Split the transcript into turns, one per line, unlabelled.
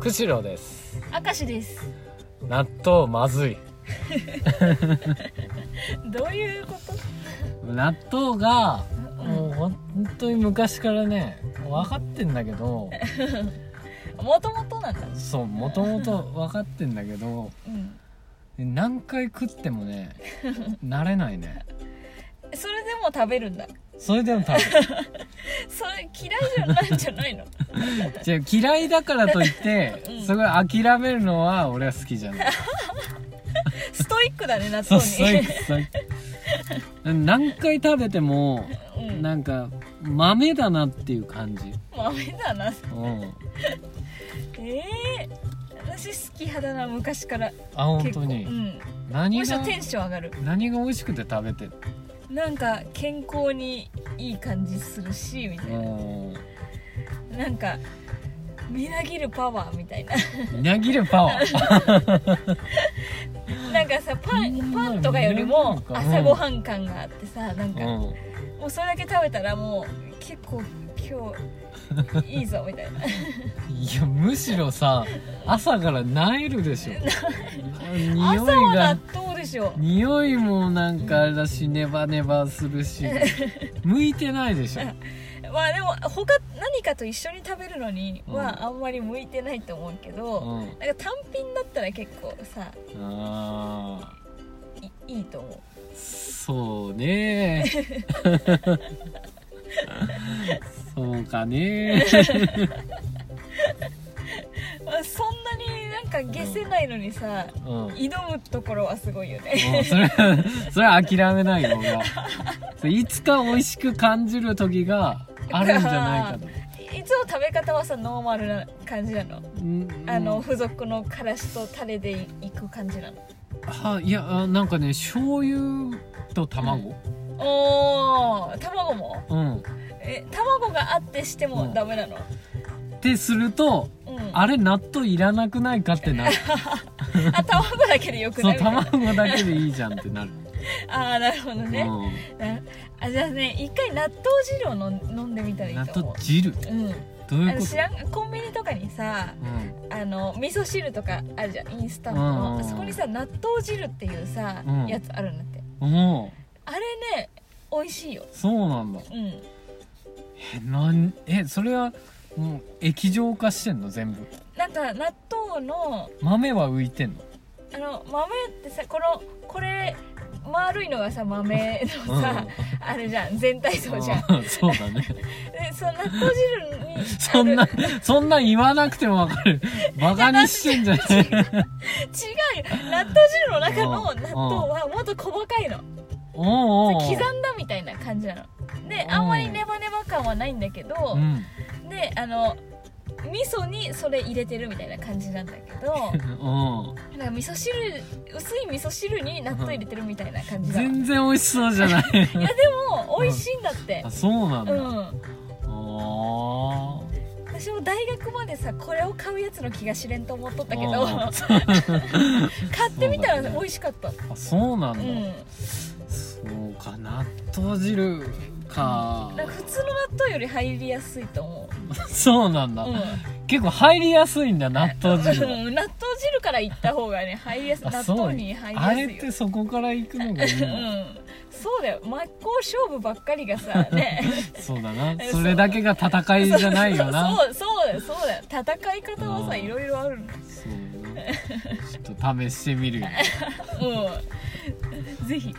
釧路です
明石です
納豆まずい
どういうこと
納豆がもう本当に昔からね分かってんだけど
もともとなんだ
そうもともと分かってんだけど
うん
何回食ってもね慣れないね
それでも食べるんだ
それでも多分
それ嫌いじゃないんじゃないの
じゃ嫌いだからといって、
うん
すごい諦めるのは俺は好きじゃない
ストイックだね納
そう
豆
そうい
に
うそういう何回食べても
うん
なんか豆だなっていう感じ
豆だな
うん
ええ私好き派だな昔から
あ本当
う
に
ん
何
むしろ
が
テンション上がる
何が美味しくて食べて
なんか健康にいい感じするしみたいな
も
なんかみなぎるパワーみたいな
うみなぎるパワ ー
なんかさパ
うん
ンパンとかよりも
うん
朝ごはん感があってさなん
う
かもうそれだけ食べたらもう結構今日いいぞみたいなん
いやむしろさ朝からなえるでしょ 匂
朝はい
が
納豆でしょ
匂いもなんかあれだしネバネバするし向いてないでしょ
まあでも他何かと一緒に食べるのに
うん
はあんまり向いてないと思うけど、
うん
なんか単品だったら結構さ
あ
いいいと思う
ーそう ねそうか ね
あそんなになんか下せないのにさ、
うん、うん、
挑むところはすごいよね
それそれは 諦めないよ俺はそれいつか美味しく感じる時があるんじゃないか
いつも食べ方はさノーマルな感じなの、
とん
あの付属のからしとタレでいく感じなの
はいやあなんかね醤油と卵
おー卵も
うん、
え卵があってしてもダメなの、
ってすると
うんあ
あれ納豆いらなくないかって なる
卵だけでよく
そ
な
う
いみたいな
卵だけでいいじゃんってなる、
あーなるほど ね、なあじゃあね一回納豆汁を飲ん飲んでみた
う
ら
ん、
い
納
いと思
豆汁
ううん
どうい
あ
う
の
こ
知らんコンビニとかにさ
と、うん
あの味噌汁とかあるじゃんインスタント
うん
のそこにさ納豆汁っていうさ、
うん
やつあるんだって
も
あれね美味しいよ
うそうなんだ
うん
えなんえそれはもう液状化してんの全部
なんか納豆の
豆は浮いてんの
あの豆ってさこのこれ丸いのがさ豆のさ、あれじゃん全体像じゃん
うん そうだね
でその納豆汁にある
そん
違
なそんなん言わなくてもわかるバカにしてんじゃない
うよ納豆汁の中の納豆はもっと細かいの
おうおう
刻んだみたいな感じなのであんまりネバネバ感はないんだけど、
うん
であの味噌にそれ入れてるみたいな感じなんだけど
うん
なんか味噌汁薄い味噌汁に納豆入れてるみたいな感じだわ
全然美味しそうじゃない
いやでも美味しいんだって
あそうなん
う
だ、
ん
あー
私も大学までさこれを買うやつの気が知れんと思っとったけど
あ
買ってみた
そうだ
ら
ね
美味しかったう,、
あそうなんだ、
ん
そうか納豆汁か
なんか普通の納豆より入りやすいと思
そうなんだ、
う、うん、
結構入りやすいんだ納豆汁が
うん納豆汁からいった方がね入りやすい
あ
納
そう
豆に入り
あ
やすい
れ
よ
ってそこから行くのがいいん
う
だ
んそうだよ真っ向勝負ばっかりがさね
そうだな
え
それだけが戦いじゃないよな
そうそうだよそうだよ戦い方は
う
さ
ん
いろいろあるの
そうちょっと試してみるよ
うんぜひ